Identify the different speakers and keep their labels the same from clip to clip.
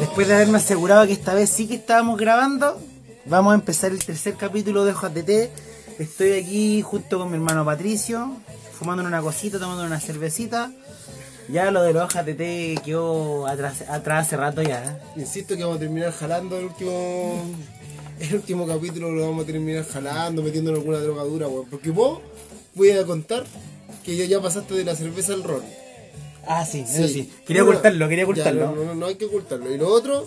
Speaker 1: después de haberme asegurado que esta vez sí que estábamos grabando, vamos a empezar el tercer capítulo de Hojas de Té. Estoy aquí junto con mi hermano Patricio, fumando una cosita, tomando una cervecita. Ya lo de las hojas de té quedó atrás, atrás hace rato ya. ¿eh?
Speaker 2: Insisto que vamos a terminar jalando el último. El último capítulo lo vamos a terminar jalando, metiéndonos alguna drogadura, weón. Porque vos voy a contar que ya, ya pasaste de la cerveza al ron.
Speaker 1: Ah, sí, eso sí. Quería ocultarlo, quería
Speaker 2: Ya,
Speaker 1: ocultarlo.
Speaker 2: no, no, no hay que ocultarlo. Y lo otro,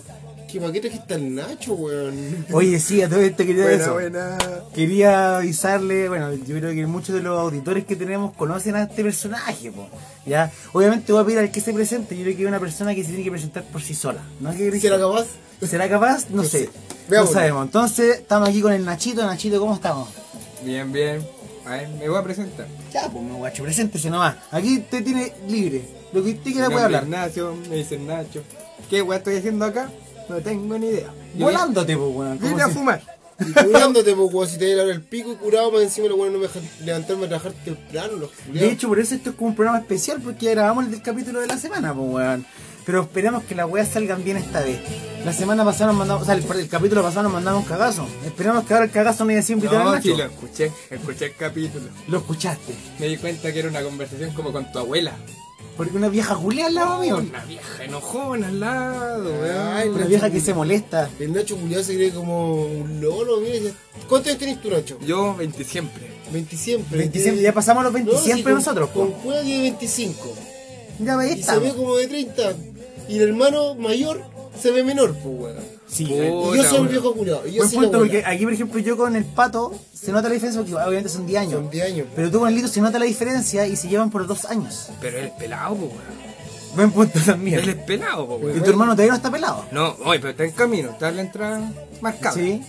Speaker 2: que para qué trajiste al Nacho, weón.
Speaker 1: Oye, sí, a todo esto quería eso.
Speaker 2: buena.
Speaker 1: Quería avisarle, bueno, yo creo que muchos de los auditores que tenemos conocen a este personaje, po, ¿ya? Obviamente voy a pedir al que se presente, yo creo que es una persona que se tiene que presentar por sí sola, ¿no? ¿Qué crees?
Speaker 2: ¿Será capaz?
Speaker 1: ¿Será capaz? No sé, no
Speaker 2: Veámoslo.
Speaker 1: sabemos. Entonces, estamos aquí con el Nachito. Nachito, ¿cómo estamos?
Speaker 3: Bien, bien. A ver, me voy a presentar.
Speaker 1: Ya, pues, mi guacho, preséntese nomás. Aquí te tiene libre, lo que usted quiera
Speaker 3: Mi
Speaker 1: puede
Speaker 3: nombre
Speaker 1: hablar.
Speaker 3: es Ignacio, me dicen Nacho. ¿Qué weá estoy haciendo acá? No tengo ni idea. Yo
Speaker 1: Volándote, pues, weón.
Speaker 3: Vine, vine
Speaker 1: como
Speaker 3: a
Speaker 1: si-
Speaker 3: fumar.
Speaker 2: Y curándote, pues, weón. Si te voy a el pico y curado, más encima, los weones no me dejan levantarme a trabajar temprano, los
Speaker 1: De
Speaker 2: culiados.
Speaker 1: hecho, por eso esto es como un programa especial, porque ya grabamos el del capítulo de la semana, pues, weón. Pero esperamos que las weas salgan bien esta vez. La semana pasada nos mandamos, o sea, el, el capítulo pasado nos mandamos cagazo. Esperamos que ahora el cagazo no haya sido invitar a
Speaker 3: No,
Speaker 1: Nacho.
Speaker 3: sí, lo escuché. Escuché el capítulo.
Speaker 1: Lo escuchaste.
Speaker 3: Me di cuenta que era una conversación como con tu abuela. Oh,
Speaker 1: Porque una vieja Julia al lado mío.
Speaker 3: Una vieja enojona al lado,
Speaker 2: Ay, este
Speaker 3: weón.
Speaker 1: Una vieja que se molesta.
Speaker 2: El Nacho culiado se cree como un lolo, mira. ya- ¿Cuántos años tenés tú, Nacho?
Speaker 3: Yo, 20 siempre.
Speaker 2: 20 siempre.
Speaker 1: 27, ya pasamos los 20
Speaker 2: este No,
Speaker 1: siempre
Speaker 2: sí, con-
Speaker 1: nosotros,
Speaker 2: Con
Speaker 1: po.
Speaker 2: cueva tiene 25.
Speaker 1: Ya veis,
Speaker 2: Y se ve como de 30. Y el hermano mayor se ve menor, pues, weón.
Speaker 1: Sí,
Speaker 2: Y yo soy
Speaker 3: Puta,
Speaker 2: el
Speaker 3: weón.
Speaker 2: viejo curado. Y yo
Speaker 1: Buen
Speaker 2: soy la
Speaker 1: punto,
Speaker 2: abuela.
Speaker 1: porque aquí, por ejemplo, yo con el pato se nota la diferencia, porque obviamente son 10 años.
Speaker 2: Son 10 años. po.
Speaker 1: Pero tú con el Lito se nota la diferencia y se llevan por dos años.
Speaker 3: Pero él es pelado, po, weón.
Speaker 1: Buen punto también.
Speaker 3: Él es pelado, po,
Speaker 1: Y
Speaker 3: weón.
Speaker 1: tu hermano todavía no está pelado.
Speaker 3: No, oye, pero está en camino. Está en la entrada marcada.
Speaker 1: Sí,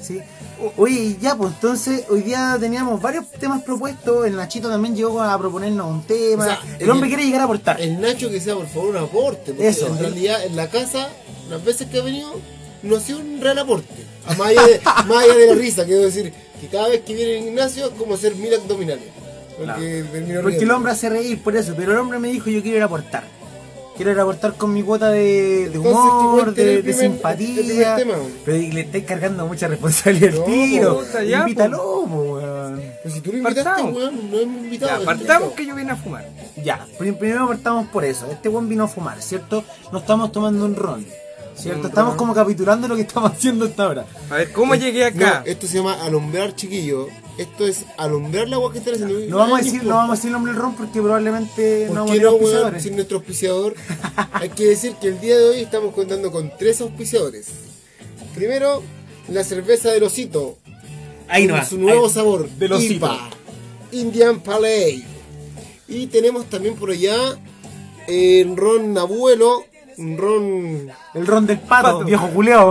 Speaker 1: sí. O- Oye, y ya, pues entonces hoy día teníamos varios temas propuestos. El Nachito también llegó a proponernos un tema.
Speaker 2: O sea,
Speaker 1: el hombre
Speaker 2: el-
Speaker 1: quiere llegar a aportar.
Speaker 2: El Nacho que sea, por favor, un aporte. porque
Speaker 1: Eso, eh.
Speaker 2: En
Speaker 1: el-
Speaker 2: realidad, en la casa, las veces que ha venido, no ha sido un real aporte. A más allá de, más allá de la risa, quiero decir que cada vez que viene Ignacio es como hacer mil abdominales. Porque,
Speaker 1: Claro.
Speaker 2: termino
Speaker 1: Porque el
Speaker 2: riendo.
Speaker 1: hombre hace reír por eso. Pero el hombre me dijo: Yo quiero ir a aportar. Quiero ir a aportar con mi cuota de, de
Speaker 2: Entonces, que
Speaker 1: humor,
Speaker 2: cuente
Speaker 1: de,
Speaker 2: el
Speaker 1: de
Speaker 2: primer- el
Speaker 1: simpatía.
Speaker 2: primer tema.
Speaker 1: pero le estáis cargando mucha responsabilidad al
Speaker 2: No,
Speaker 1: tiro.
Speaker 3: puta, ya,
Speaker 1: Invítalo, po, weón.
Speaker 2: Pero si tú lo invitaste,
Speaker 3: Partamos.
Speaker 2: weón, no hemos invitado.
Speaker 3: Ya,
Speaker 2: weón.
Speaker 3: partamos que yo vine a fumar.
Speaker 1: Ya, prim- primero partamos por eso. Este buen vino a fumar, ¿cierto? No estamos tomando un ron, ¿cierto?
Speaker 3: Un
Speaker 1: estamos
Speaker 3: ron.
Speaker 1: como capitulando lo que estamos haciendo hasta ahora.
Speaker 3: A ver,
Speaker 1: Eh,
Speaker 3: ¿cómo llegué acá?
Speaker 2: Eh, No, esto se llama alumbrar, chiquillo. Esto es alumbrar la agua que están haciendo.
Speaker 1: No vamos a decir, no vamos a decir el nombre del ron porque probablemente no
Speaker 2: ¿Por
Speaker 1: vamos a
Speaker 2: qué
Speaker 1: tener
Speaker 2: no, weón?
Speaker 1: auspiciadores.
Speaker 2: Sin nuestro auspiciador. Hay que decir que el día de hoy estamos contando con tres auspiciadores. Primero, la cerveza del osito.
Speaker 1: Ahí
Speaker 2: con
Speaker 1: no va.
Speaker 2: Su nuevo
Speaker 1: Ahí-
Speaker 2: sabor.
Speaker 1: Del osito.
Speaker 2: IPA. Indian Pale Ale. Y tenemos también por allá eh, un ron abuelo. Un ron,
Speaker 1: El ron del pato,
Speaker 3: Pato.
Speaker 1: viejo culeado.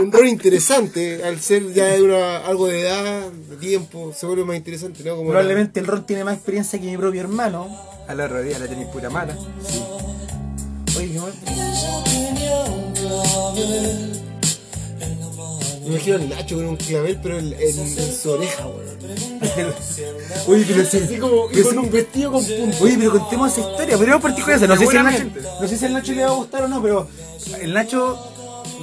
Speaker 2: un ron interesante. Al ser ya de una, algo de edad, de tiempo, se vuelve más interesante. ¿no? Como la-
Speaker 1: probablemente el ron tiene más experiencia que mi propio hermano.
Speaker 3: Al otro día la tenéis pura mala.
Speaker 1: Oye, qué bueno.
Speaker 2: Me imagino al Nacho con un clavel, pero en, en- en su oreja, weón.
Speaker 1: Oye, pero se- pero se-
Speaker 2: vestido con punto.
Speaker 1: Oye, pero contemos esa historia, podríamos partir con esa. No sé, si el Nacho,
Speaker 3: Seguramente.
Speaker 1: no sé si el Nacho le va a gustar o no, pero el Nacho,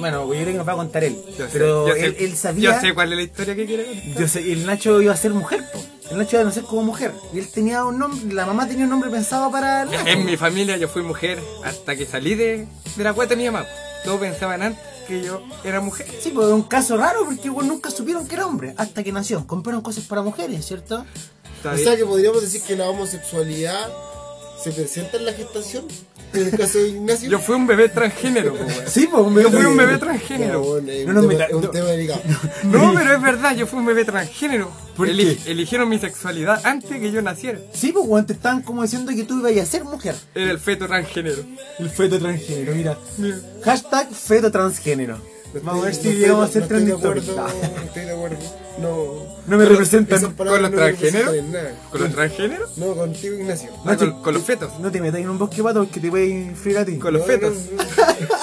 Speaker 1: bueno, yo creo que nos va a contar él.
Speaker 3: Yo sé,
Speaker 1: pero
Speaker 3: yo
Speaker 1: él,
Speaker 3: sé-
Speaker 1: él sabía.
Speaker 3: Yo sé cuál es la historia que quiere contar.
Speaker 1: Yo sé, el Nacho iba a ser mujer, po. El Nacho iba a nacer como mujer. Y él tenía un nombre, la mamá tenía un nombre pensado para el Nacho.
Speaker 3: En mi familia yo fui mujer hasta que salí de, de la cueta de mi mamá. Todos pensaban antes que yo era mujer.
Speaker 1: Sí, pues un caso raro porque bueno, nunca supieron que era hombre hasta que nació. Compraron cosas para mujeres, ¿cierto?
Speaker 2: O
Speaker 3: Todavía-
Speaker 2: sea que podríamos decir que la homosexualidad se presenta en la gestación. En el caso de Ignacio.
Speaker 3: Yo fui un bebé transgénero, po, weón.
Speaker 1: Sí, pues un
Speaker 3: Yo fui
Speaker 1: bebé.
Speaker 3: un bebé
Speaker 2: Ya,
Speaker 3: transgénero.
Speaker 2: bueno, es
Speaker 1: No
Speaker 2: un,
Speaker 1: nos
Speaker 2: tema,
Speaker 1: meta-
Speaker 2: es un
Speaker 1: no.
Speaker 2: tema delicado.
Speaker 3: No, pero es verdad, yo fui un bebé transgénero.
Speaker 1: ¿Por
Speaker 3: Eli-
Speaker 1: qué?
Speaker 3: Eligieron mi sexualidad antes que yo naciera.
Speaker 1: Sí, pues bueno, te estaban como diciendo que tú ibas a ser mujer.
Speaker 3: Era el feto transgénero.
Speaker 1: El feto transgénero, mira. Hashtag feto transgénero.
Speaker 2: No
Speaker 1: Vamos a ver si
Speaker 2: estoy- no
Speaker 1: llegamos a
Speaker 2: estoy-
Speaker 1: ser
Speaker 2: no
Speaker 1: trending
Speaker 2: estoy de
Speaker 1: topic.
Speaker 2: acuerdo, No estoy de acuerdo. No.
Speaker 1: No me
Speaker 2: Pero
Speaker 1: representan.
Speaker 2: esas
Speaker 3: ¿Con
Speaker 2: palabras
Speaker 3: los
Speaker 2: no me representan
Speaker 3: transgéneros?
Speaker 2: en nada.
Speaker 3: ¿Con los transgéneros?
Speaker 2: No, contigo, Ignacio.
Speaker 3: Ah, con, con los fetos.
Speaker 1: No te metas en un bosque pato porque te puede infrir a ti.
Speaker 3: Con los
Speaker 2: No,
Speaker 3: fetos.
Speaker 2: no, no.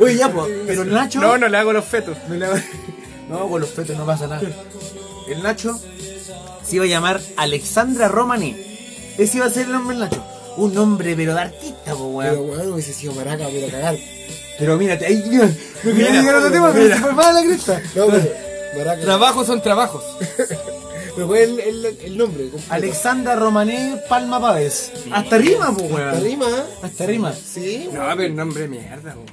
Speaker 1: Oye, ya, pues. Pero el Nacho.
Speaker 3: No, no le hago los fetos.
Speaker 1: No, le hago- No, con los fetos no pasa nada. El Nacho se iba a llamar Alexandra Romaní. Ese iba a ser el nombre del Nacho. Un nombre, pero de artista, po,
Speaker 2: Pero
Speaker 1: weón.
Speaker 2: bueno, hubiese sido maraca, pero cagar.
Speaker 3: Pero mírate, ahí, mira.
Speaker 1: No quería llegar a otro tema, pero se fue mala la cresta.
Speaker 2: No, pero. Baraca.
Speaker 3: Trabajos son trabajos.
Speaker 2: Pero fue el, el, el nombre. completo.
Speaker 1: Alexandra Romané Palma Páez. Hasta rima, pues,
Speaker 2: La
Speaker 1: weón.
Speaker 2: rima.
Speaker 1: Hasta rima.
Speaker 2: Sí.
Speaker 3: No, pero el nombre de mierda, weón.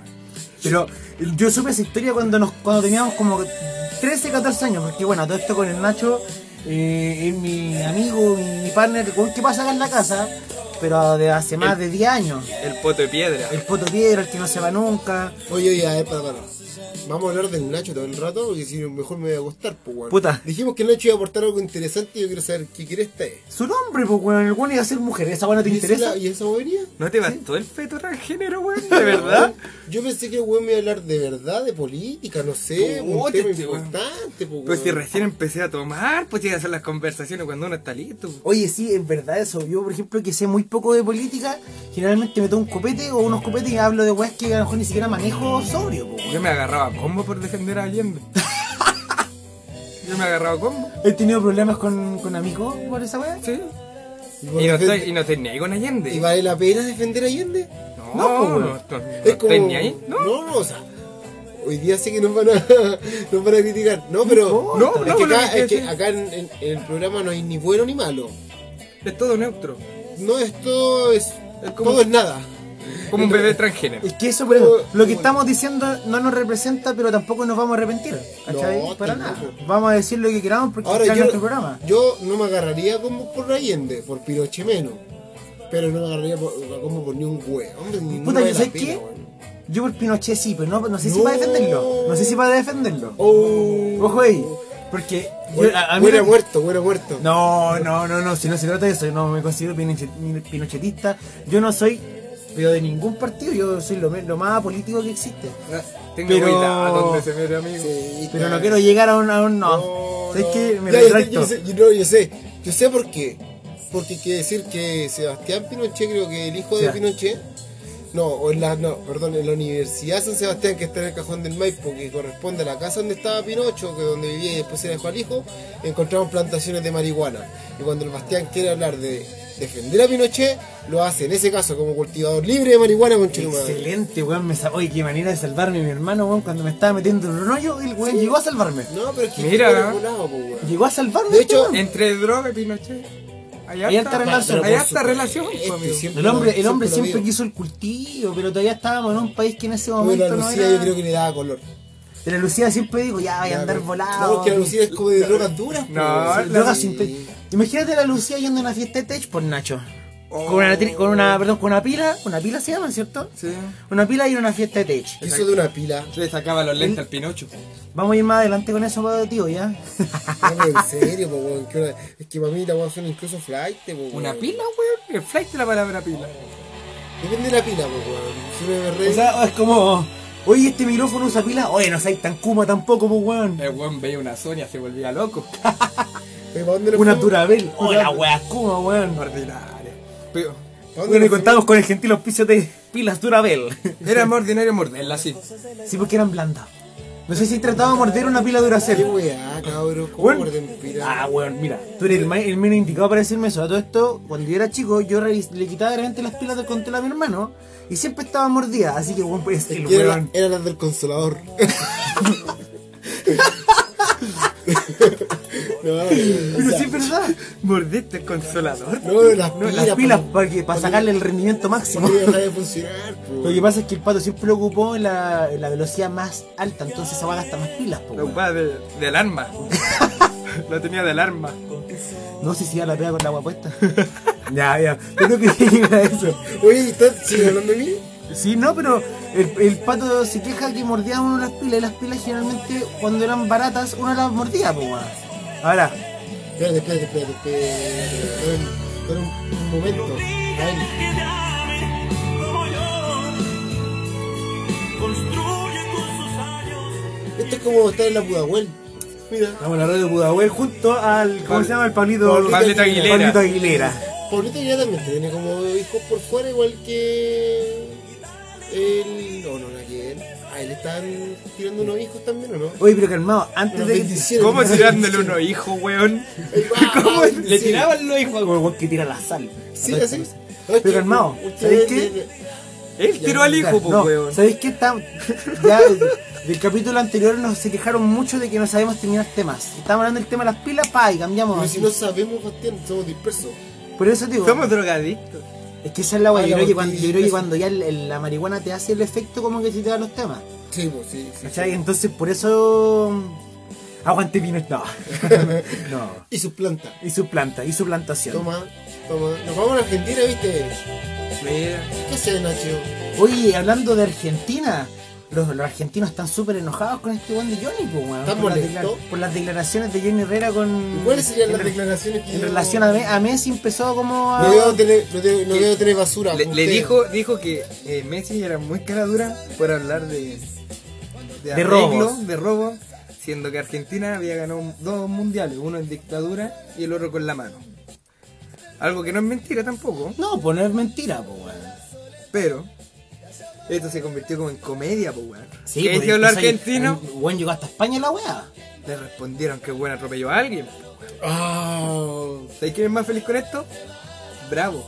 Speaker 1: Pero yo supe esa historia cuando nos cuando teníamos como 13, 14 años, porque bueno, todo esto con el Nacho eh, es mi amigo, mi, mi partner, con el que pasa acá en la casa, pero de hace más de 10 años.
Speaker 3: El poto de piedra.
Speaker 1: El poto piedra, el que no se va nunca.
Speaker 2: Oye, oye, a ver, para, para. Vamos a hablar del Nacho todo el rato, porque si no, mejor me voy a gustar, pues, weón.
Speaker 1: Puta.
Speaker 2: Dijimos que el Nacho iba a aportar algo interesante y yo quiero saber qué quiere esta es.
Speaker 1: Su nombre, pues weón, el weón iba a ser mujer, esa buena te
Speaker 2: ¿Y esa,
Speaker 1: interesa.
Speaker 2: la- ¿Y esa bobería?
Speaker 3: ¿No te bastó el feto transgénero, weón? ¿De verdad?
Speaker 2: Yo pensé que el weón me iba a hablar de verdad, de política, no sé, un
Speaker 3: Puta,
Speaker 2: tema
Speaker 3: este weón.
Speaker 2: importante, pues, weón.
Speaker 3: Pues si recién empecé a tomar, pues tienes que hacer las conversaciones cuando uno está listo. po.
Speaker 1: Oye, sí, es verdad eso. Yo, por ejemplo, que sé muy poco de política, generalmente meto un copete o unos copetes y hablo de weas que a lo mejor ni siquiera manejo sobrio, po, weón.
Speaker 3: Yo me agarraba a combo por defender a Allende. Yo me agarraba a combo.
Speaker 1: He tenido problemas con, con amigos por esa wea.
Speaker 3: Sí.
Speaker 2: por
Speaker 3: Y no,
Speaker 2: defender-
Speaker 3: estoy, y no estoy ni ahí con Allende.
Speaker 2: ¿Y vale la pena defender a Allende?
Speaker 3: No,
Speaker 1: No, po,
Speaker 3: no,
Speaker 1: weón.
Speaker 3: no, estoy ni ahí. No,
Speaker 2: no, no, o sea, hoy día sé que nos van a, nos van a criticar. No, pero
Speaker 3: No, no,
Speaker 2: es que
Speaker 3: pero
Speaker 2: acá,
Speaker 3: es que
Speaker 2: es que
Speaker 3: sí.
Speaker 2: acá en, en- en el programa no hay ni bueno ni malo.
Speaker 3: es todo neutro.
Speaker 2: No, esto es,
Speaker 3: Es como-
Speaker 2: todo es nada.
Speaker 3: Como un bebé transgénero.
Speaker 1: Es que eso, por ejemplo, lo que estamos diciendo no nos representa, pero tampoco nos vamos a arrepentir. ¿Cachai?
Speaker 2: No,
Speaker 1: Para nada.
Speaker 2: tampoco.
Speaker 1: Vamos a decir lo que queramos porque
Speaker 2: Ahora
Speaker 1: está en
Speaker 2: yo,
Speaker 1: nuestro programa.
Speaker 2: yo no me agarraría como por Allende, por Piroche menos. Pero no me agarraría por- como por ni un hueón. ni- no
Speaker 1: Puta,
Speaker 2: vale
Speaker 1: ¿yo
Speaker 2: la
Speaker 1: sé
Speaker 2: pena,
Speaker 1: qué?
Speaker 2: weón.
Speaker 1: Yo por Pinochet sí, pero no, no sé si
Speaker 2: No.
Speaker 1: para defenderlo. No sé si para defenderlo.
Speaker 2: Oh.
Speaker 1: Ojo ahí. Porque. yo- a- a mí
Speaker 2: Hubiera
Speaker 1: lo-
Speaker 2: muerto, hubiera muerto.
Speaker 1: No, no, no, no, si no se trata de eso, yo no me considero pinoche- ni- pinochetista. Yo no soy, pero de ningún partido, yo soy lo, me- lo más político que existe.
Speaker 3: Ah, Tengo
Speaker 1: Pero-
Speaker 3: cuidado donde se mete, amigo.
Speaker 2: Sí,
Speaker 1: Pero
Speaker 2: claro.
Speaker 1: no quiero llegar a un. A un no. ¿Sabes qué? Me retracto.
Speaker 2: Yo sé, yo, no, yo sé, yo sé por qué. Porque quiere decir que Sebastián Pinochet, creo que el hijo de
Speaker 1: Ya.
Speaker 2: Pinochet, no, o en la, no, perdón, en la Universidad San Sebastián, que está en el cajón del Maipo, que corresponde a la casa donde estaba Pinocho, que donde vivía y después se la dejó al hijo, encontramos plantaciones de marihuana. Y cuando el Bastián quiere hablar de defender a Pinochet, lo hace en ese caso como cultivador libre de marihuana con Chilumán.
Speaker 1: Excelente, weón. Me sa- Oye, qué manera de salvarme mi hermano, weón. Cuando me estaba metiendo en un hoyo, el weón llegó a salvarme.
Speaker 2: No, pero es que
Speaker 3: Mira.
Speaker 2: está regulado, po, weón.
Speaker 1: Llegó a salvarme.
Speaker 2: De
Speaker 1: este
Speaker 2: hecho,
Speaker 1: weón.
Speaker 3: Entre droga y Pinochet. Hay
Speaker 1: Hay
Speaker 3: harta
Speaker 1: harta relación.
Speaker 3: Hay
Speaker 1: Pero por
Speaker 3: harta relación,
Speaker 2: Este
Speaker 3: po, amigo.
Speaker 2: siempre
Speaker 1: el hombre, el
Speaker 2: lo-
Speaker 1: hombre
Speaker 2: lo
Speaker 1: siempre
Speaker 2: digo.
Speaker 1: quiso el cultivo, pero todavía estábamos en un país que en ese
Speaker 2: Bueno,
Speaker 1: momento
Speaker 2: a
Speaker 1: no
Speaker 2: Lucía
Speaker 1: era.
Speaker 2: yo creo que le daba color.
Speaker 1: De la Lucía siempre digo, ya vaya a andar volado.
Speaker 2: No, que la Lucía es como de drogas duras.
Speaker 3: No,
Speaker 2: pues.
Speaker 1: Sí,
Speaker 3: la-
Speaker 1: drogas sintéticas. Imagínate a la Lucía yendo a una fiesta de tech por Nacho.
Speaker 3: Oh.
Speaker 1: Con, una, tri- con una, perdón, con una pila, una pila se llama, ¿cierto?
Speaker 3: Sí.
Speaker 1: Una pila y una fiesta de tech.
Speaker 2: Yo soy de una pila.
Speaker 3: Le sacaba los lentes al Pinocho.
Speaker 1: Vamos a ir más adelante con eso, pa- tío, ya.
Speaker 2: No, en serio, po, weón, que una- es que para mí la weón son incluso flight. po, weón.
Speaker 3: ¿Una pila, weón? El flight de la palabra pila.
Speaker 2: Depende de la pila, po, weón. Si uno es re-
Speaker 1: o sea, es como, oye, este micrófono usa pila. Oye, no seas tan kuma tampoco, pues, weón.
Speaker 3: El weón veía una Sonia, se volvía loco.
Speaker 2: ¿Para dónde nos
Speaker 1: Una
Speaker 2: fuimos?
Speaker 1: Durabel. Oye, Oh, la wea Kuma, weón.
Speaker 3: Ordinario. Pero
Speaker 2: ¿Para dónde
Speaker 1: Bueno, y
Speaker 2: nos
Speaker 1: contamos con el gentil auspicio de pilas Durabel.
Speaker 3: era más ordinario morderla así.
Speaker 1: sí, porque eran blandas. No sé si trataba de morder una pila
Speaker 2: fuimos? Qué
Speaker 1: Duracell.
Speaker 2: weá, cabrón. ¿Cómo
Speaker 1: Weón.
Speaker 2: muerden pila?
Speaker 1: Ah, weón, mira, tú eres el, ma- el menos indicado para decirme eso. A todo esto, cuando yo era chico, yo revis- le quitaba de repente las pilas del control a mi hermano y siempre estaba mordida. Así que, weón, pues el
Speaker 2: Y era, la-
Speaker 1: weón.
Speaker 2: era la del consolador. no,
Speaker 1: Pero sí es verdad.
Speaker 3: Mordiste el consolador.
Speaker 2: no, no, las
Speaker 1: No,
Speaker 2: pilas. pues,
Speaker 1: las pilas
Speaker 2: po,
Speaker 1: para, que- para sacarle el rendimiento
Speaker 2: no
Speaker 1: máximo.
Speaker 2: deja de funcionar, pues, po,
Speaker 1: Lo que pasa es que el pato siempre lo ocupó en la, en la velocidad más alta, entonces se va a gastar más pilas, po,
Speaker 3: Lo
Speaker 1: weón.
Speaker 3: ocupaba de, de alarma. Lo tenía de alarma.
Speaker 1: No sé si ya la pega con la agua puesta. ya, ya. Yo creo que sí llega a eso.
Speaker 2: Oye, ¿estás sigue hablando de mí?
Speaker 1: Sí, no, pero el, el pato se queja que mordía uno las pilas y las pilas generalmente cuando eran baratas uno las mordía, pues weón. Ahora,
Speaker 2: Espérate, espérate, espérate, espérate. Espera un- espera un, un momento. Ay,
Speaker 4: piedades como yo construye con sus años
Speaker 2: esto es como estar en la Pudahuel. Mira,
Speaker 1: vamos a la radio Pudahuel junto al. ¿Cómo
Speaker 3: Pablo-
Speaker 1: se llama? El Pablito.
Speaker 3: Pablito Aguilera.
Speaker 1: Pablito Aguilera.
Speaker 2: Pablito ya también tiene como hijos por fuera, igual que. El. No, no, no, que él. A él están tirando unos hijos también, ¿o no?
Speaker 1: Oye, pero calmado, antes de que.
Speaker 3: ¿Cómo tirándole unos hijos, weón?
Speaker 2: ¿Cómo
Speaker 3: Le tiraban los hijos.
Speaker 1: Como el weón que tira la sal.
Speaker 2: Ah, Sí,
Speaker 1: A todo
Speaker 2: así.
Speaker 1: esto. Pero calmado, ¿sabes qué?
Speaker 3: Él tiró al hijo, pues,
Speaker 1: No,
Speaker 3: weón.
Speaker 1: ¿Sabéis qué está? Ya del- del capítulo anterior nos se quejaron mucho de que no sabemos terminar temas. Estábamos hablando del tema de las pilas, pa, y cambiamos.
Speaker 2: Pero si no sabemos, Bastián, somos dispersos.
Speaker 1: Por eso digo,
Speaker 3: Somos drogadictos.
Speaker 1: es que esa es la weá. Yo,
Speaker 2: Ah,
Speaker 1: creo que
Speaker 2: ya,
Speaker 1: cuando-
Speaker 2: porque-
Speaker 1: yo creo que cuando ya el- el- la marihuana te hace el efecto, como que se te dan los temas.
Speaker 2: Sí, pues, sí. sí.
Speaker 1: ¿Cachai? Entonces, por eso. Aguante vino, no. no.
Speaker 2: Y sus plantas.
Speaker 1: Y su planta, y su plantación.
Speaker 2: Toma, toma. Nos vamos a Argentina, ¿viste?
Speaker 3: Mira.
Speaker 2: ¿Qué haces, Nacho?
Speaker 1: Oye, hablando de Argentina, los, los argentinos están súper enojados con este buen de Johnny, po, weón.
Speaker 2: ¿Están
Speaker 1: por, las
Speaker 2: molestos?
Speaker 1: declara- por las declaraciones de Johnny Herrera con.
Speaker 2: ¿Y ¿Cuáles serían
Speaker 1: en
Speaker 2: las
Speaker 1: re-
Speaker 2: declaraciones que
Speaker 1: En
Speaker 2: yo-
Speaker 1: relación a, Me- a ah. Messi empezó como a.
Speaker 2: No debo tener, no debo, no
Speaker 3: Que-
Speaker 2: debo tener basura.
Speaker 3: Le,
Speaker 2: como
Speaker 3: le
Speaker 2: ustedes.
Speaker 3: dijo, dijo que eh, Messi era muy cara dura por hablar de, de,
Speaker 1: De robos.
Speaker 3: de robos, siendo que Argentina había ganado dos mundiales, uno en dictadura y el otro con la mano. Algo que no es mentira tampoco,
Speaker 1: No, pues no es mentira, po, weón.
Speaker 3: pero esto se convirtió como en comedia, pues weón.
Speaker 1: Sí,
Speaker 3: ¿Qué
Speaker 1: pues,
Speaker 3: dijeron los
Speaker 1: empezó a-
Speaker 3: argentinos?
Speaker 1: el Weón llegó hasta España la weá.
Speaker 3: Le respondieron que bueno atropelló a alguien.
Speaker 2: Ah,
Speaker 3: ¿Sabes quién es más feliz con esto? Bravo.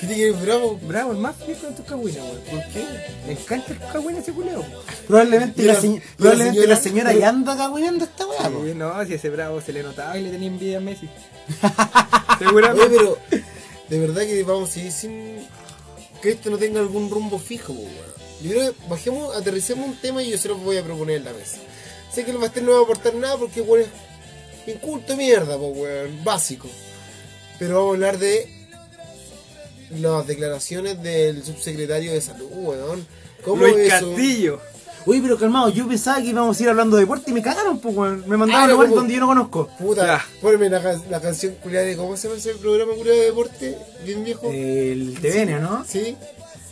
Speaker 2: ¿Qué te quieres, bravo?
Speaker 3: Bravo, el más feliz con estos cagüines, weón.
Speaker 2: ¿Por qué?
Speaker 3: Me encanta el cagüine ese culeo.
Speaker 1: Probablemente
Speaker 2: Y la-
Speaker 1: la, señ-
Speaker 2: y la
Speaker 1: probablemente la
Speaker 2: señora-
Speaker 1: señora ya anda cagüineando esta weá, po.
Speaker 3: Sí, no, si ese bravo se le notaba y le tenía envidia a Messi.
Speaker 2: Oye,
Speaker 3: Seguramente.
Speaker 2: pero de verdad que vamos a seguir sin que esto no tenga algún rumbo fijo, po, weón. Yo creo que bajemos, aterricemos un tema y yo se lo voy a proponer en la mesa. Sé que el pastel no va a aportar nada porque, weón, es inculto mierda, po, weón, básico. Pero vamos a hablar de las declaraciones del subsecretario de salud, weón. ¿Cómo
Speaker 3: Luis
Speaker 2: eso?
Speaker 3: Castillo.
Speaker 1: Uy, pero calmado, yo pensaba que íbamos a ir hablando de deporte y me cagaron, po, weón. Me mandaron
Speaker 2: Ah,
Speaker 1: a lugares
Speaker 2: loco.
Speaker 1: donde yo no conozco.
Speaker 2: Puta,
Speaker 3: Ya.
Speaker 2: ponme la, can- la canción culiada de cómo se llama ese programa culiado de deporte, bien viejo.
Speaker 3: Eh,
Speaker 1: El TVN, ¿no?
Speaker 2: Sí,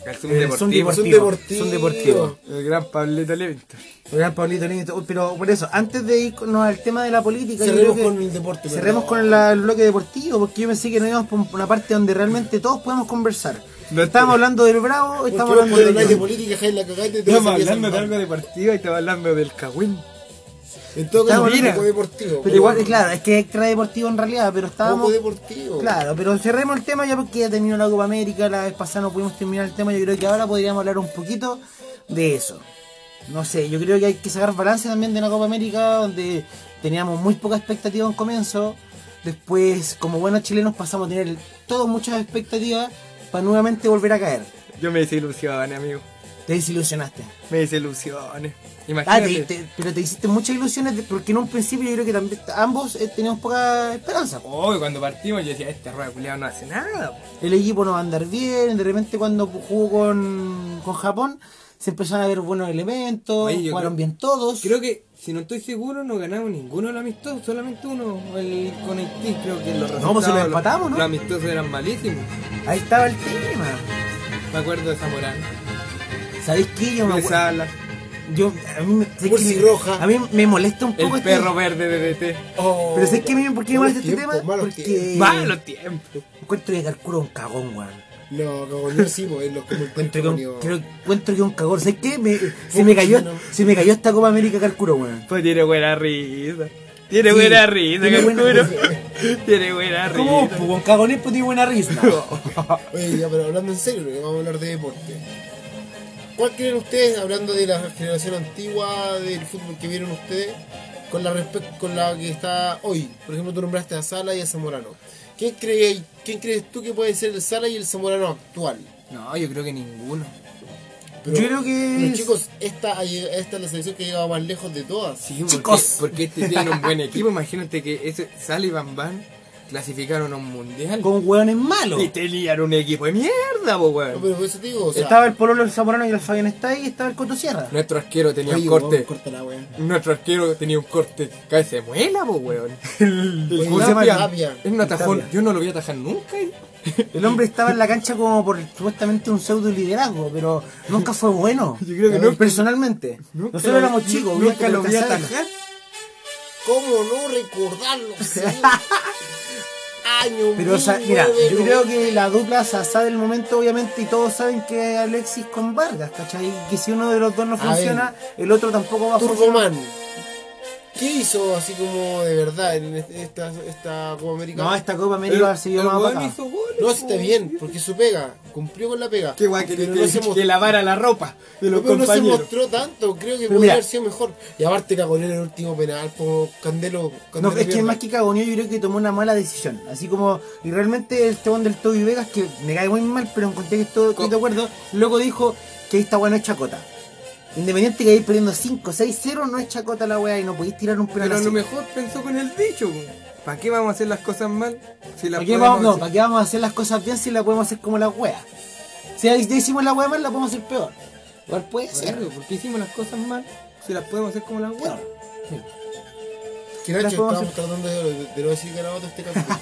Speaker 3: El Zoom
Speaker 1: Eh, son
Speaker 3: deportivo.
Speaker 1: deportivos.
Speaker 2: es un
Speaker 1: Deportivo,
Speaker 2: deportivo.
Speaker 1: son deportivos.
Speaker 3: El gran Pablito Levington.
Speaker 1: Oigan, Pablito Lima, uy, Pero por eso, antes de irnos al tema de la política, yo
Speaker 2: Cerremos
Speaker 1: creo que-
Speaker 2: con el deporte.
Speaker 1: cerremos
Speaker 2: perdón.
Speaker 1: con la- el bloque deportivo, porque yo pensé que no íbamos por una parte donde realmente todos podemos conversar.
Speaker 3: No,
Speaker 1: Estábamos hablando del Bravo,
Speaker 2: este Porque
Speaker 1: estamos
Speaker 2: vos
Speaker 1: hablando
Speaker 2: podés hablar de
Speaker 1: de...
Speaker 2: política, Jaime, la cagaste. te
Speaker 3: Estamos
Speaker 2: vas a empezar
Speaker 3: hablando de
Speaker 2: mal.
Speaker 3: algo deportivo y estaba hablando del cagüín.
Speaker 2: En todo caso,
Speaker 1: Estamos
Speaker 2: un
Speaker 3: hablando-
Speaker 2: poco deportivo.
Speaker 1: Pero igual, claro, es que es extra deportivo en realidad, pero
Speaker 2: Poco
Speaker 1: estábamos...
Speaker 2: deportivo.
Speaker 1: Claro, pero cerremos el tema ya porque ya terminó la Copa América, la vez pasada no pudimos terminar el tema, yo creo que ahora podríamos hablar un poquito de eso. No sé, yo creo que hay que sacar balance también de la Copa América, donde teníamos muy poca expectativa en comienzo, después como buenos chilenos pasamos a tener todos muchas expectativas para nuevamente volver a caer.
Speaker 3: Yo me desilusioné, amigo.
Speaker 1: Te desilusionaste.
Speaker 3: Me desilusioné.
Speaker 1: Ah, te-
Speaker 3: Imagínate.
Speaker 1: te- pero te hiciste muchas ilusiones de- porque en un principio yo creo que también ambos eh, teníamos poca esperanza. po.
Speaker 3: Hoy cuando partimos yo decía, este rueda culiado no hace nada. po".
Speaker 1: el equipo no va a andar bien, de repente cuando jugó con, con Japón se empezaron a ver buenos elementos,
Speaker 3: Oye, yo
Speaker 1: jugaron
Speaker 3: creo-
Speaker 1: bien todos.
Speaker 3: Creo que, si no estoy seguro, no ganamos ninguno de los amistosos, solamente uno, el con Haití, creo que los
Speaker 1: No, pues si
Speaker 3: resultados,
Speaker 1: lo
Speaker 3: los-
Speaker 1: empatamos, ¿no?
Speaker 3: Los amistosos eran malísimos.
Speaker 1: Ahí estaba el tema.
Speaker 3: Me acuerdo de Zamorano.
Speaker 1: ¿Sabéis qué? Yo me
Speaker 3: de
Speaker 1: acuerdo-
Speaker 3: Salas.
Speaker 1: yo, a mí me, sé
Speaker 2: Murci
Speaker 1: que-
Speaker 2: Roja.
Speaker 1: A mí me molesta un
Speaker 3: El
Speaker 1: poco este
Speaker 3: perro verde de DT.
Speaker 2: Oh,
Speaker 1: Pero sé que a mí por qué me
Speaker 2: malos
Speaker 1: molesta este
Speaker 2: tiempos,
Speaker 1: tema
Speaker 2: malos
Speaker 1: porque
Speaker 2: tiempos.
Speaker 3: ¡Malo tiempo!
Speaker 1: encuentro que Carcuro es un cagón, weón.
Speaker 2: No, como no hicimos en los
Speaker 1: Encuentro que,
Speaker 2: comentarios.
Speaker 1: un, creo, encuentro que es un cagón. ¿Sabes qué? Me- se, me cayó, se me cayó esta Copa América Carcuro, weón.
Speaker 3: Pues tiene buena risa. Tiene
Speaker 1: Sí,
Speaker 3: buena risa,
Speaker 1: tiene buena
Speaker 3: Calculo. tiene buena risa.
Speaker 1: ¿Cómo? Pues, Con cagones pues tiene buena risa.
Speaker 2: Oye, ya, pero hablando en serio, porque vamos a hablar de deporte. ¿Cuál creen ustedes, hablando de la generación antigua, del fútbol que vieron ustedes, con la respec- con la que está hoy? Por ejemplo, tú nombraste a Sala y a Zamorano. ¿Quién, cree- quién crees tú que puede ser el Sala y el Zamorano actual?
Speaker 3: No, yo creo que ninguno.
Speaker 1: Yo creo que
Speaker 2: pero,
Speaker 1: es-
Speaker 2: chicos, esta, ha lleg- esta es la selección que ha llegado más lejos de todas.
Speaker 3: Sí, porque,
Speaker 1: Chicos.
Speaker 3: Porque este tiene un buen equipo. Imagínate que ese Sal y Van Van clasificaron a un mundial.
Speaker 1: Con hueones malos.
Speaker 3: Y tenían un equipo de mierda, po,
Speaker 2: No,
Speaker 3: weón.
Speaker 2: pero por eso te digo, o sea,
Speaker 1: Estaba el Pololo el Zamorano y el Fabián Stay y estaba el Coto Sierra.
Speaker 3: Nuestro arquero tenía
Speaker 2: Oye,
Speaker 3: un corte.
Speaker 2: weón, corta la weá.
Speaker 3: Nuestro arquero tenía un corte. Cabeza de muela, po, weón. El,
Speaker 2: Oye,
Speaker 3: ¿cómo se
Speaker 2: Tapia,
Speaker 3: llama?
Speaker 2: Tapia.
Speaker 3: Él no atajó.
Speaker 1: Tapia.
Speaker 3: Yo no lo voy a atajar nunca. eh.
Speaker 1: El hombre estaba en la cancha como por supuestamente un pseudo liderazgo, pero nunca fue bueno.
Speaker 3: Yo creo que nunca-
Speaker 1: personalmente.
Speaker 3: Nunca
Speaker 1: Nosotros
Speaker 3: lo-
Speaker 1: éramos chicos, había
Speaker 3: Nunca
Speaker 1: que
Speaker 3: lo voy a
Speaker 1: alcanzar.
Speaker 3: atajar.
Speaker 2: ¿Cómo no recordarlo? señor? Año
Speaker 1: Pero o sea, mira,
Speaker 2: 1990.
Speaker 1: yo creo que la dupla Sasá del momento, obviamente, y todos saben que Alexis con Vargas, ¿cachai? Que si uno de los dos no
Speaker 2: ver.
Speaker 1: funciona, el otro tampoco va a funcionar.
Speaker 2: Turboman. ¿Qué ¿Qué hizo así como de verdad en este, esta, esta Copa América?
Speaker 1: No, esta Copa América se vio
Speaker 3: el
Speaker 1: más
Speaker 3: weón
Speaker 1: bacán.
Speaker 3: hizo goles,
Speaker 2: No, sí está
Speaker 3: po.
Speaker 2: bien, porque su pega, cumplió con la pega.
Speaker 3: Qué guay que,
Speaker 2: Pero
Speaker 3: que-
Speaker 2: no se
Speaker 3: que
Speaker 2: mostró-
Speaker 3: lavara la ropa de los
Speaker 2: pero no se
Speaker 3: compañeros.
Speaker 2: mostró tanto, creo que
Speaker 1: Pero
Speaker 2: podría
Speaker 1: mira.
Speaker 2: haber sido mejor. Y aparte cagó en el último penal, po, Candelo.
Speaker 1: No,
Speaker 2: Candelo
Speaker 1: es que
Speaker 2: pierde.
Speaker 1: más que cagoneó, yo creo que tomó una mala decisión. Así como, y realmente el chabón del Toby Vegas, que me cae muy mal, pero encontré que estoy, estoy de acuerdo, luego dijo que esta weá no es chacota. Independiente que vais perdiendo 5, 6, 0, no es chacota la weá y no podéis tirar un penal
Speaker 3: Pero a
Speaker 1: así.
Speaker 3: lo mejor pensó con el dicho. ¿Para qué vamos a hacer las cosas mal? Si las
Speaker 1: ¿Para qué,
Speaker 3: podemos
Speaker 1: vamos, no,
Speaker 3: hacer-
Speaker 1: ¿Para qué vamos a hacer las cosas bien si la podemos hacer como la weá? Si ahí hicimos la weá mal, la podemos hacer peor. Igual puede ser.
Speaker 3: Claro, ¿Por qué hicimos las cosas mal? Si las podemos hacer como las buenas.
Speaker 2: Que Nacho,
Speaker 1: Las podemos
Speaker 2: estábamos tratando de, de no decir ganado este capítulo.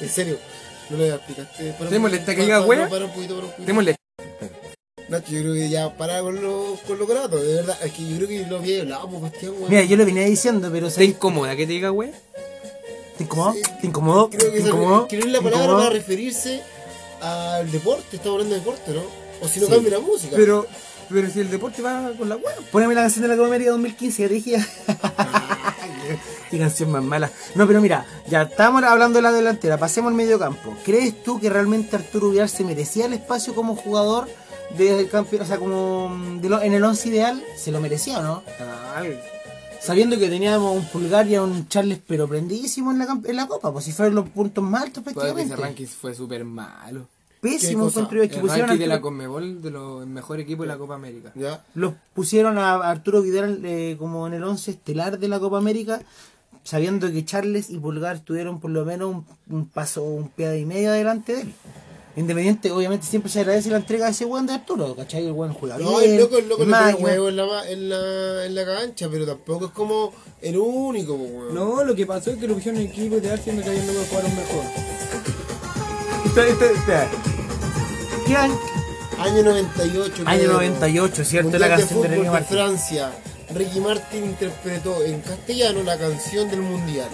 Speaker 2: en serio, no lo explicaste. Para un
Speaker 3: Démosle
Speaker 2: poquito,
Speaker 3: esta que diga
Speaker 2: para-
Speaker 3: hueá.
Speaker 2: para un poquito, para un poquito.
Speaker 3: Démosle.
Speaker 2: Nacho, yo creo que ya para con lo, con lo grato, de verdad. Es que yo creo que lo había hablado, pues, Bastián, weón.
Speaker 1: Mira, yo lo venía diciendo, pero
Speaker 3: ¿Te
Speaker 1: ¿sabes?
Speaker 3: incomoda que te diga, güey?
Speaker 1: ¿Te incomodó?
Speaker 2: Sí.
Speaker 1: ¿Te incomodó?
Speaker 2: Creo que
Speaker 1: ¿Te
Speaker 2: esa-
Speaker 1: incomodó?
Speaker 2: escribir la
Speaker 1: ¿Te
Speaker 2: palabra
Speaker 1: incomodó?
Speaker 2: para referirse al deporte, estamos hablando de deporte, ¿no? O si no
Speaker 1: Sí.
Speaker 2: cambia la música.
Speaker 3: Pero, pero si el deporte va con la pues. buena.
Speaker 1: Póneme la canción de la Copa América 2015, ya te dije. Qué canción más mala. No, pero mira, ya estamos hablando de la delantera, pasemos al medio campo. ¿Crees tú que realmente Arturo Vidal se merecía el espacio como jugador desde el campeón, o sea, como mm, de lo- en el once ideal? ¿Se lo merecía o no? Sabiendo que teníamos un Pulgar y a un Charles pero prendidísimo en la, camp- en la Copa, pues si fueron los puntos más altos
Speaker 3: Pero ese
Speaker 1: prácticamente.
Speaker 3: ranking fue súper malo.
Speaker 1: Pésimo
Speaker 2: ¿Qué cosa?
Speaker 1: encuentro yo, es que
Speaker 3: El
Speaker 1: pusieron a
Speaker 3: ranking de la
Speaker 1: Arturo-
Speaker 3: Conmebol de los mejores equipos de la Copa América.
Speaker 2: ¿Ya?
Speaker 1: los pusieron a Arturo Vidal eh, como en el once estelar de la Copa América, sabiendo que Charles y Pulgar tuvieron por lo menos un, un paso, un pie y medio adelante de él. Independiente, obviamente siempre se agradece la entrega de ese weón de Arturo, ¿cachai? El weón juega
Speaker 2: No,
Speaker 1: bien,
Speaker 2: el loco, el loco
Speaker 1: es
Speaker 2: le pone
Speaker 1: máquina.
Speaker 2: huevo en la, ma- en, la, en la cancha, pero tampoco es como el único, pues, weón.
Speaker 3: No, lo que pasó es que lo pusieron en equipo de Arsenal que ayer no jugaron mejor.
Speaker 1: Espera, espera, espera. ¿Qué año?
Speaker 2: Año 98.
Speaker 1: Año
Speaker 2: creo.
Speaker 1: 98, ¿cierto?
Speaker 2: Mundial
Speaker 1: La canción de
Speaker 2: fútbol
Speaker 1: Ricky Martin.
Speaker 2: Francia. Ricky Martin interpretó en castellano la canción del mundial.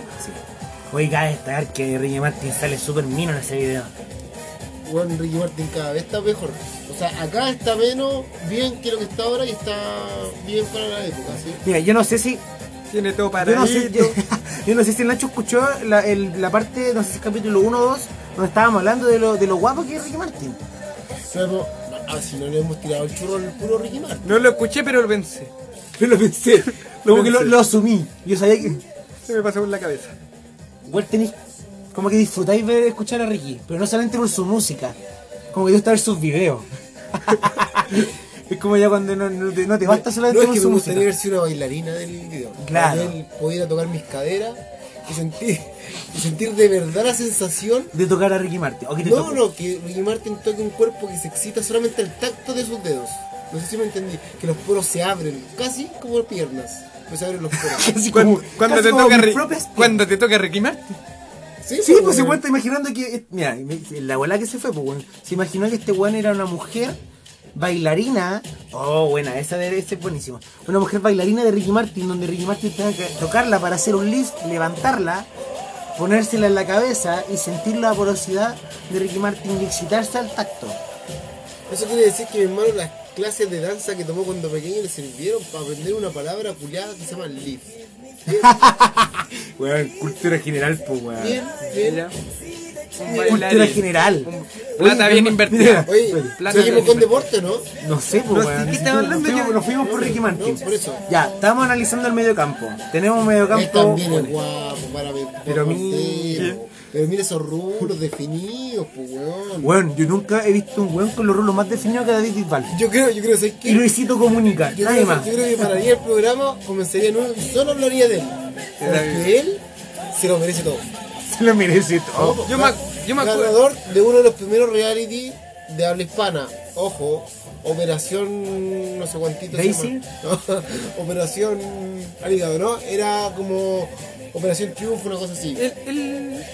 Speaker 1: Oye, cabe destacar que Ricky Martin sale súper mino en ese video.
Speaker 2: Bueno, Ricky Martin cada vez está mejor. O sea, acá está menos bien que lo que está ahora y está bien para la época, ¿sí?
Speaker 1: Mira, yo no sé si
Speaker 3: Tiene todo para
Speaker 1: Yo no, sé,
Speaker 3: ir.
Speaker 1: yo, yo no sé si Nacho escuchó la, el- la parte, no sé si es capítulo 1 o 2, donde estábamos hablando de lo, de lo guapo que es Ricky Martin.
Speaker 2: Luego, ah, si no le hemos tirado el churro al puro Ricky Martin.
Speaker 3: No lo escuché, pero lo pensé.
Speaker 1: Yo lo pensé, como que lo,
Speaker 3: pensé.
Speaker 1: lo asumí. Yo sabía que.
Speaker 3: Se me pasó por la cabeza.
Speaker 1: Igual tenéis. Como que disfrutáis ver escuchar a Ricky, pero no solamente por su música, como que te gusta ver sus videos. es como ya cuando no, no te, no te basta solamente
Speaker 2: No es
Speaker 1: con
Speaker 2: que
Speaker 1: su
Speaker 2: me
Speaker 1: música.
Speaker 2: gustaría haber sido una bailarina del video.
Speaker 1: Claro.
Speaker 2: Para que él pudiera tocar mis caderas y sentir, y sentir de verdad la sensación.
Speaker 1: De tocar a Ricky Martin. o que te
Speaker 2: No,
Speaker 1: toque.
Speaker 2: no, que Ricky Martin toque un cuerpo que se excita solamente al tacto de sus dedos. No sé si me entendí. Que los poros se abren, casi como piernas. Pues se abren los poros.
Speaker 1: Casi
Speaker 3: Cuando,
Speaker 1: como-
Speaker 3: cuando
Speaker 1: casi
Speaker 3: te
Speaker 1: como
Speaker 3: toca
Speaker 1: mis
Speaker 3: Ri-
Speaker 1: propias piernas.
Speaker 3: cuando te toca Ricky Martin.
Speaker 1: Sí, pues se
Speaker 2: weón.
Speaker 1: cuenta imaginando que. eh, Mira, la abuela que se fue, pues weón. Se imaginó que este weón era una mujer bailarina. Oh, buena, esa debe ser buenísima. Una mujer bailarina de Ricky Martin, donde Ricky Martin tenga que tocarla para hacer un lift, levantarla, ponérsela en la cabeza y sentir la porosidad de Ricky Martin y excitarse al tacto.
Speaker 2: Eso quiere decir que mi hermano las clases de danza que tomó cuando pequeño le sirvieron para aprender una palabra culiada que se llama lift.
Speaker 1: Weón, cultura general, pues weón.
Speaker 2: Bien, bien.
Speaker 3: Mira.
Speaker 1: Cultura general.
Speaker 3: Plata
Speaker 1: Oye,
Speaker 3: bien
Speaker 1: pero-
Speaker 3: invertida.
Speaker 2: Oye,
Speaker 3: Plata
Speaker 2: seguimos
Speaker 3: bien
Speaker 2: con
Speaker 3: invertida.
Speaker 2: deporte, ¿no?
Speaker 1: No sé,
Speaker 3: No
Speaker 1: pues,
Speaker 3: sé
Speaker 1: weón.
Speaker 3: qué estaba hablando
Speaker 1: nos, fuimos,
Speaker 3: yo.
Speaker 1: nos fuimos por Ricky Martin.
Speaker 2: No, por eso.
Speaker 1: Ya, estamos analizando el medio campo. Tenemos un medio
Speaker 2: Él
Speaker 1: campo.
Speaker 2: también es guapo, para ver.
Speaker 1: Pero
Speaker 2: para
Speaker 1: mire.
Speaker 2: portero. Pero mira esos rubros definidos, pues weón.
Speaker 1: Weón, yo nunca he visto un weón con los rulos más definidos que David Bisbal.
Speaker 2: Yo creo, yo creo, ¿sabes qué?
Speaker 1: Y Luisito comunica,
Speaker 2: Yo
Speaker 1: nadie
Speaker 2: creo,
Speaker 1: más.
Speaker 2: yo creo que pararía el programa, comenzaría nuevo y solo hablaría de él. Porque él se lo merece todo.
Speaker 1: Se lo merece todo.
Speaker 3: Yo me, yo me acuerdo.
Speaker 2: Ganador de uno de los primeros reality de habla hispana. Ojo, Operación. No sé cuántito. se
Speaker 1: ¿Daisy?
Speaker 2: llama. No, Operación. Al hígado, ¿no? Era como. Operación Triunfo, una cosa así.
Speaker 3: Él, él-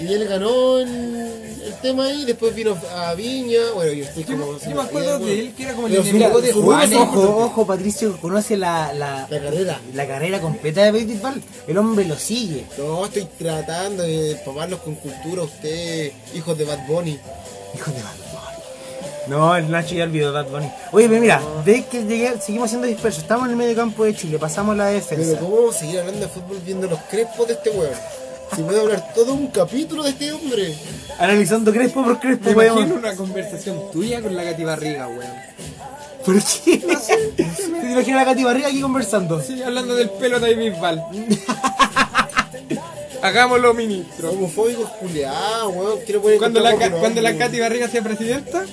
Speaker 2: Y él ganó el, el tema ahí, después vino a Viña. Bueno, yo estoy
Speaker 3: Yo-
Speaker 2: como.
Speaker 3: yo me acuerdo de él, que era como el
Speaker 2: Pero su-
Speaker 3: enemigo
Speaker 2: su-
Speaker 3: de
Speaker 2: su-
Speaker 3: Juanes.
Speaker 2: su-
Speaker 1: ojo, ojo, Patricio conoce la, la,
Speaker 2: La carrera.
Speaker 1: la carrera completa de David Bisbal. El hombre lo sigue.
Speaker 2: No, estoy tratando de paparlos con cultura, usted, hijos de Bad Bunny.
Speaker 1: Hijo de Bad Bunny. No, el Nacho ya olvidó Bad Bunny. Oye, pero mira, de que llegué- seguimos siendo dispersos. Estamos en el medio campo de Chile, pasamos la defensa.
Speaker 2: Pero ¿cómo vamos a seguir hablando de fútbol viendo los crespos de este weón? Si puede hablar todo un capítulo de este hombre.
Speaker 1: Analizando Crespo por Crespo,
Speaker 3: Me imagino
Speaker 1: weón.
Speaker 3: una conversación tuya con la Katy Barriga, weón.
Speaker 1: ¿Por qué? ¿Te imaginas a la Katy Barriga aquí conversando?
Speaker 3: Sí, hablando del pelo de Bisbal. Hagámoslo, ministro.
Speaker 2: Homofóbicos culeados, weón. Quiero poner
Speaker 3: Cuando la, Ca-
Speaker 2: Pero,
Speaker 3: cuando la
Speaker 2: weón.
Speaker 3: Katy Barriga sea presidenta,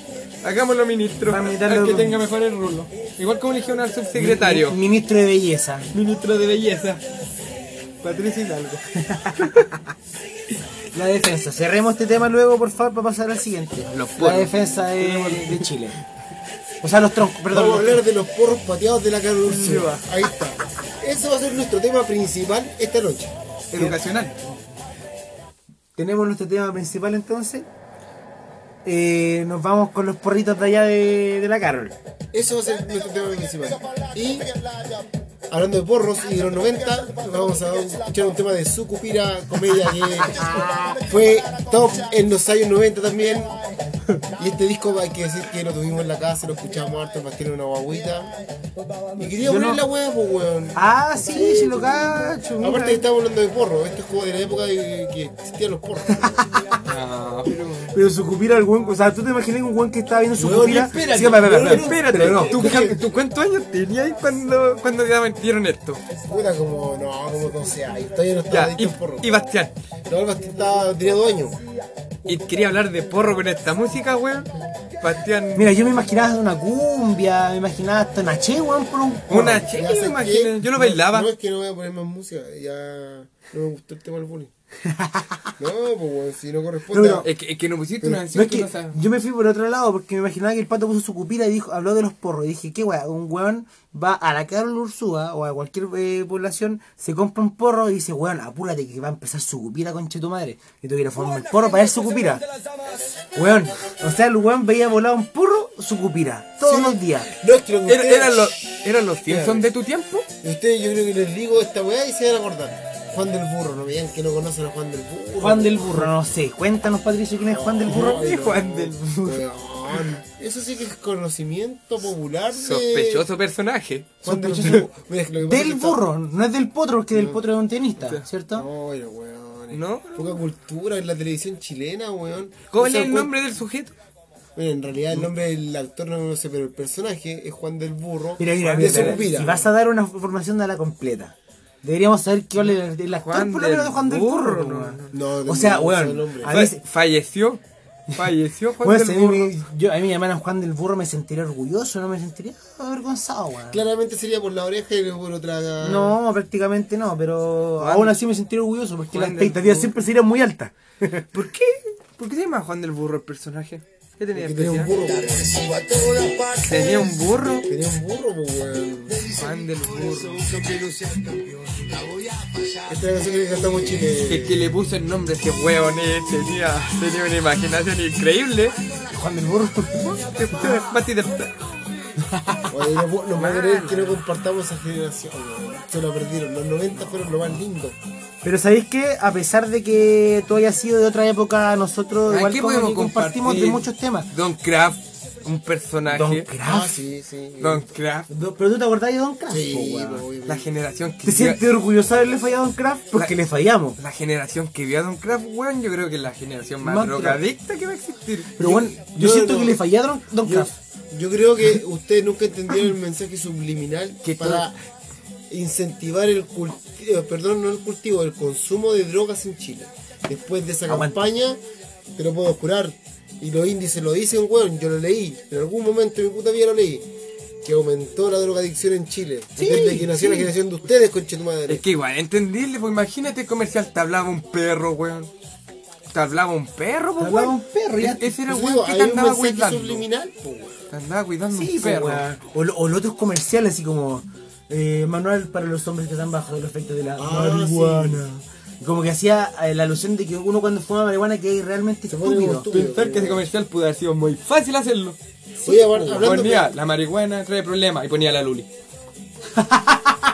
Speaker 3: hagámoslo, ministro.
Speaker 1: Vamos a
Speaker 3: Al
Speaker 1: meterlo
Speaker 3: que
Speaker 1: con-
Speaker 3: tenga mejores rulos. Igual como eligieron al subsecretario.
Speaker 1: Mi- Ministro de Belleza.
Speaker 3: Ministro de Belleza. Patricio Hidalgo.
Speaker 1: La defensa. Cerremos este tema luego, por favor, para pasar al siguiente.
Speaker 3: Los porros.
Speaker 1: la defensa de, de Chile. O sea, los troncos, perdón.
Speaker 2: Vamos a
Speaker 1: los-
Speaker 2: hablar de los porros pateados de la Carol Úrsula. Ahí está. Ese va a ser nuestro tema principal esta noche.
Speaker 3: Educacional.
Speaker 1: Eh, Tenemos nuestro tema principal entonces. Eh, nos vamos con los porritos de allá de, de la Carol.
Speaker 2: Eso va a ser nuestro tema principal. Y hablando de porros y de los 90, vamos a escuchar un tema de Sucupira, comedia que fue top en los años 90 también. Y este disco hay que decir que lo tuvimos en la casa, lo escuchamos harto, más tiene una guaguita. Y quería poner la hueá, pues weón.
Speaker 1: Ah, sí, sí, lo cacho. mira.
Speaker 2: Aparte que estamos hablando de porros, este es como de la época de que existían los porros.
Speaker 3: No, pero...
Speaker 1: Pero su cupira, el buen. O sea, tú te imaginas un buen que está viendo su
Speaker 2: Weón,
Speaker 1: cupira.
Speaker 2: espérate,
Speaker 1: Sí, espera, espera,
Speaker 2: weón,
Speaker 1: espera,
Speaker 2: espérate,
Speaker 1: espérate, no.
Speaker 3: ¿Tú, ca- tú cuántos años tenías cuando, cuando te metieron esto?
Speaker 2: Puta como, no, como 12 años, todavía no estaba
Speaker 3: Ya,
Speaker 2: adicto
Speaker 3: y,
Speaker 2: al porro.
Speaker 3: y Bastián.
Speaker 2: No, el Bastián estaba, tenía dos años.
Speaker 3: Y quería hablar de porro con esta música, weón. Bastián.
Speaker 1: Mira, yo me imaginaba una cumbia, me imaginaba hasta una che, weón, por un.
Speaker 3: Una chica,
Speaker 2: Ya sé
Speaker 3: imagínate.
Speaker 2: que-
Speaker 3: Yo no bailaba.
Speaker 2: No, es que no voy a poner más música. Ya no me gustó el tema del bullying. No, pues weón, si no corresponde.
Speaker 1: No,
Speaker 2: a-
Speaker 3: Es que, es que no pusiste una
Speaker 1: No
Speaker 3: canción
Speaker 1: es
Speaker 3: que,
Speaker 1: que
Speaker 3: no sabes.
Speaker 1: yo me fui por otro lado porque me imaginaba que el pato puso su cupira y dijo, habló de los porros. Y dije, qué weá, un weón va a la Carol Ursúa o a cualquier eh, población, se compra un porro y dice, weón, apúrate que va a empezar su cupira, conche tu madre. Y tú quieres formar el porro para ver su cupira. Weón, o sea, el weón veía volado un porro, su cupira, todos los días.
Speaker 2: No, es que lo que
Speaker 3: Era-
Speaker 2: ustedes-
Speaker 3: eran los, eran los Simpsons de tu tiempo.
Speaker 2: Ustedes, yo creo que les digo esta weá y se van a acordar. Juan del Burro, no veían que no conocen a Juan del Burro.
Speaker 1: Juan del Burro, no sé, cuéntanos Patricio quién es Juan del Burro.
Speaker 2: Ay, no,
Speaker 3: Juan del Burro.
Speaker 2: weón. Eso sí que es conocimiento popular. De...
Speaker 3: Sospechoso personaje.
Speaker 2: Juan del
Speaker 1: Sospechoso.
Speaker 2: Burro. Mira, lo que pasa es que
Speaker 1: Del
Speaker 2: está-
Speaker 1: Burro, no es del Potro, porque del Potro es un tenista, ¿cierto?
Speaker 2: No, pero weón.
Speaker 3: No.
Speaker 2: Poca cultura en la televisión chilena, weón.
Speaker 3: ¿Cuál
Speaker 2: O sea,
Speaker 3: es el
Speaker 2: cu-
Speaker 3: nombre del sujeto?
Speaker 2: Bueno, en realidad el nombre del actor no lo sé, pero el personaje es Juan del Burro.
Speaker 1: Mira, mira,
Speaker 2: de
Speaker 1: mira, mira,
Speaker 2: Sucupira.
Speaker 1: si vas a dar una formación, dala completa. Deberíamos saber qué ole el, el actor,
Speaker 3: Juan
Speaker 1: por lo menos de
Speaker 3: del
Speaker 1: Juan del Burro.
Speaker 3: Burro, no,
Speaker 1: weón.
Speaker 2: no, no,
Speaker 1: o sea,
Speaker 2: no, no sé el
Speaker 1: weón,
Speaker 2: nombre.
Speaker 1: a
Speaker 3: Fa-
Speaker 1: mí, se-
Speaker 3: falleció. Falleció Juan
Speaker 1: weón,
Speaker 3: del
Speaker 1: si a mí
Speaker 3: Burro.
Speaker 1: me- yo, a mí me llamaran Juan del Burro, me sentiría orgulloso, no me sentiría avergonzado, weón.
Speaker 2: Claramente sería por la oreja y luego por otra.
Speaker 1: No, prácticamente no, pero
Speaker 3: Juan-
Speaker 1: aún así me sentiría orgulloso porque
Speaker 3: Juan
Speaker 1: las
Speaker 3: del
Speaker 1: expectativas
Speaker 3: Burro.
Speaker 1: siempre serían muy altas.
Speaker 3: ¿Por qué? ¿Por qué se llama Juan del Burro el personaje? ¿Qué tenía
Speaker 2: Que tenía un
Speaker 3: especial?
Speaker 2: burro, weón.
Speaker 3: Tenía un burro.
Speaker 2: Tenía un burro, pues, weón.
Speaker 3: Juan del Burro.
Speaker 2: Esta es la canción que le cantamos en
Speaker 3: El
Speaker 2: Chile.
Speaker 3: que le puso el nombre a ese hueón eh, tenía, tenía una imaginación increíble.
Speaker 1: Juan del Burro.
Speaker 3: Mati de-
Speaker 2: Oye, no, puedo- no me puedo creer que
Speaker 1: Ah.
Speaker 2: no compartamos esa generación, weón. Se lo perdieron. Los 90 fueron lo más lindo.
Speaker 1: Pero ¿sabéis qué? A pesar de que tú hayas sido de otra época, nosotros
Speaker 3: ¿A
Speaker 1: igual
Speaker 3: qué
Speaker 1: como
Speaker 3: podemos
Speaker 1: que compartimos de
Speaker 3: compartir?
Speaker 1: muchos temas.
Speaker 3: Don Kraft, un
Speaker 1: Don
Speaker 3: personaje.
Speaker 2: Ah,
Speaker 1: Kraft.
Speaker 2: sí, sí.
Speaker 3: Don Kraft,
Speaker 1: Do- Pero tú te acordás de Don Kraft, po,
Speaker 2: Sí,
Speaker 1: weón.
Speaker 2: pues, weón.
Speaker 3: la generación que
Speaker 1: ¿Te
Speaker 3: vio,
Speaker 1: sientes orgulloso de haberle fallado a Don Kraft? Porque le fallamos.
Speaker 3: la generación que vio a Don Kraft, weón, yo creo que es la generación más,
Speaker 1: Más
Speaker 3: drogadicta que va a existir.
Speaker 1: Pero bueno, yo,
Speaker 2: yo
Speaker 1: siento
Speaker 2: no-
Speaker 1: que le fallé a Don, Don
Speaker 2: Yo,
Speaker 1: Kraft.
Speaker 2: yo creo que ustedes nunca entendieron el mensaje subliminal
Speaker 3: Que
Speaker 2: para incentivar el cultivo, perdón, no el cultivo, el consumo de drogas en Chile. Después de esa
Speaker 1: Aguante.
Speaker 2: campaña, te lo puedo jurar. Y los índices lo dicen, weón, yo lo leí. En algún momento de mi puta vida lo leí. Que aumentó la drogadicción en Chile. desde que nació la generación de ustedes, conche tu madre.
Speaker 3: Es que igual, entendible, pues imagínate el comercial, te hablaba un perro, weón. Te hablaba un perro, pues,
Speaker 1: Te hablaba
Speaker 3: weón.
Speaker 1: un perro, ya.
Speaker 3: E- Ese era
Speaker 2: Pues
Speaker 3: weón
Speaker 2: digo,
Speaker 3: que
Speaker 2: hay
Speaker 3: te
Speaker 2: un
Speaker 3: andaba
Speaker 2: mensaje
Speaker 3: cuidando.
Speaker 2: subliminal, po, weón.
Speaker 3: Te andaba cuidando
Speaker 1: Sí, pues,
Speaker 3: un perro.
Speaker 1: O, lo- o los otros comerciales, así como eh, manual para los hombres que están bajo el efecto de la
Speaker 2: Ah,
Speaker 1: marihuana. Y Como que hacía eh, la alusión de que uno cuando fuma marihuana que es realmente
Speaker 2: pone como
Speaker 1: estúpido.
Speaker 2: estúpido.
Speaker 3: Pensar que ese comercial pudo haber sido muy fácil hacerlo.
Speaker 2: Oye, ahora, hablando de-
Speaker 3: Ponía la marihuana trae problemas y ponía la Luli.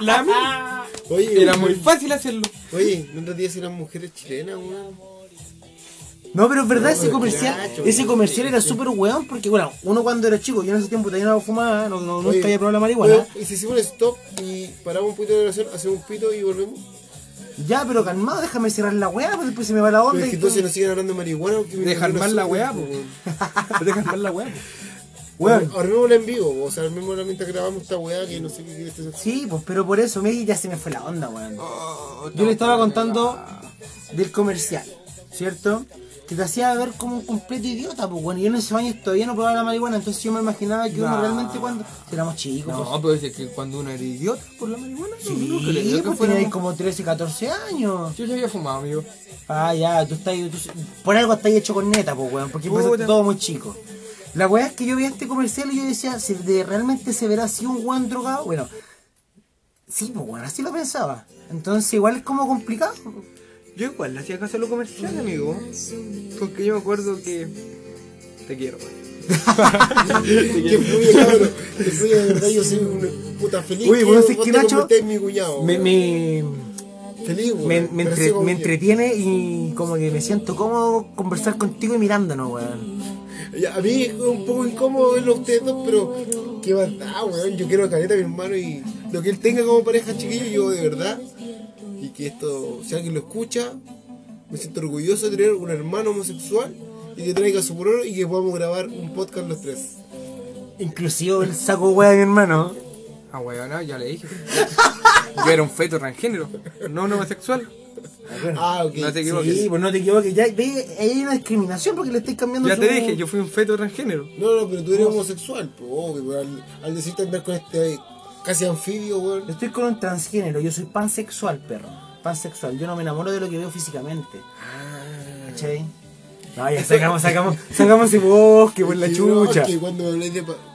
Speaker 3: la mía.
Speaker 2: Oye,
Speaker 3: Era
Speaker 2: weón.
Speaker 3: muy fácil hacerlo.
Speaker 2: Oye, no te días eran mujeres chilenas, weón.
Speaker 1: No, pero es verdad, ese
Speaker 2: pero
Speaker 1: comercial,
Speaker 2: cacho,
Speaker 1: ese
Speaker 2: sí,
Speaker 1: comercial era súper weón, porque bueno, uno cuando era chico, yo en ese tiempo todavía no fumaba, no, no, nunca había probado la marihuana.
Speaker 2: Oye, Y si hicimos un stop y paramos un poquito de grabación, hacemos un pito y volvemos.
Speaker 1: Ya, pero calmado, déjame cerrar la weá, pues después se me va la
Speaker 2: Pero
Speaker 1: onda.
Speaker 2: es que
Speaker 1: y todo.
Speaker 2: entonces nos siguen hablando de marihuana. porque me
Speaker 3: Dejar
Speaker 2: imagino
Speaker 3: mal la
Speaker 2: súper,
Speaker 3: weá,
Speaker 2: pues,
Speaker 3: pues. Dejar mal la weá. pues.
Speaker 1: Weón,
Speaker 2: Armémosla en vivo, o sea, armémosla mientras grabamos esta weá que no sé qué quieres hacer.
Speaker 1: Sí, pues, pero por eso, Megi, ya se me fue la onda, weón.
Speaker 3: Oh,
Speaker 1: Yo le estaba contando del comercial, ¿cierto? Que te hacía ver como un completo idiota, pues, bueno, yo en esos años todavía no probaba la marihuana, entonces yo me imaginaba que uno
Speaker 3: Nah.
Speaker 1: realmente cuando... si éramos chicos, pues.
Speaker 3: No, pero es que cuando uno era idiota por la marihuana, no,
Speaker 1: Sí,
Speaker 3: no creo que
Speaker 1: pues
Speaker 3: fuéramos-
Speaker 1: teníais como 13, 14 años.
Speaker 3: Yo ya había fumado, amigo.
Speaker 1: Ah, ya, tú estás. tú- por algo estás hecho con neta, pues, weón, porque
Speaker 3: Puta.
Speaker 1: empezaste todo muy chico. La weá es que yo vi este comercial y yo decía, ¿se- de- ¿realmente se verá así un weón drogado? Bueno, sí, pues, weón, así lo pensaba. Entonces, igual es como complicado.
Speaker 3: Yo igual le hacía caso a lo comercial, amigo. Porque yo me acuerdo que. Te quiero, weón.
Speaker 2: Que fluye, cabrón. Que fluye, de verdad, yo soy un puta feliz.
Speaker 1: Oye, bueno, es
Speaker 2: vos
Speaker 1: que
Speaker 2: te
Speaker 1: Nacho.
Speaker 2: convertís en mi cuñado.
Speaker 1: Me,
Speaker 2: weón.
Speaker 1: me,
Speaker 2: Feliz, weón.
Speaker 1: me, me,
Speaker 2: Pero
Speaker 1: entre-
Speaker 2: sí, como
Speaker 1: me
Speaker 2: que-
Speaker 1: entretiene y como que me siento cómodo conversar contigo y mirándonos, weón.
Speaker 2: Ya, A mí es un poco incómodo verlo a ustedes dos, pero qué verdad, weón. Yo quiero caleta a mi hermano y lo que él tenga como pareja chiquillo, yo de verdad. Y que esto, si alguien lo escucha, me siento orgulloso de tener un hermano homosexual y que traiga su pororo y que podamos grabar un podcast los tres.
Speaker 1: Inclusive el saco weón de mi hermano.
Speaker 3: Ah, weón, no, ya le dije. Yo era un feto transgénero, no un homosexual.
Speaker 2: Ah, ok.
Speaker 3: No te equivoques.
Speaker 1: Sí, pues no te equivoques. Ya, ve, ahí hay una discriminación porque le estáis cambiando
Speaker 3: Ya
Speaker 1: su-
Speaker 3: te dije, yo fui un feto transgénero.
Speaker 2: No, no, pero tú eres homosexual, pues, obvio, pero al, al decirte andar con este eh, casi anfibio,
Speaker 1: Yo
Speaker 2: weón.
Speaker 1: estoy con un transgénero, yo soy pansexual, perro. Pansexual, yo no me enamoro de lo que veo físicamente.
Speaker 3: Ah.
Speaker 1: ¿Cachai? No, ya sacamos, sacamos, sacamos ese bosque por la
Speaker 2: Y no,
Speaker 1: chucha.
Speaker 2: que cuando me habláis de pa-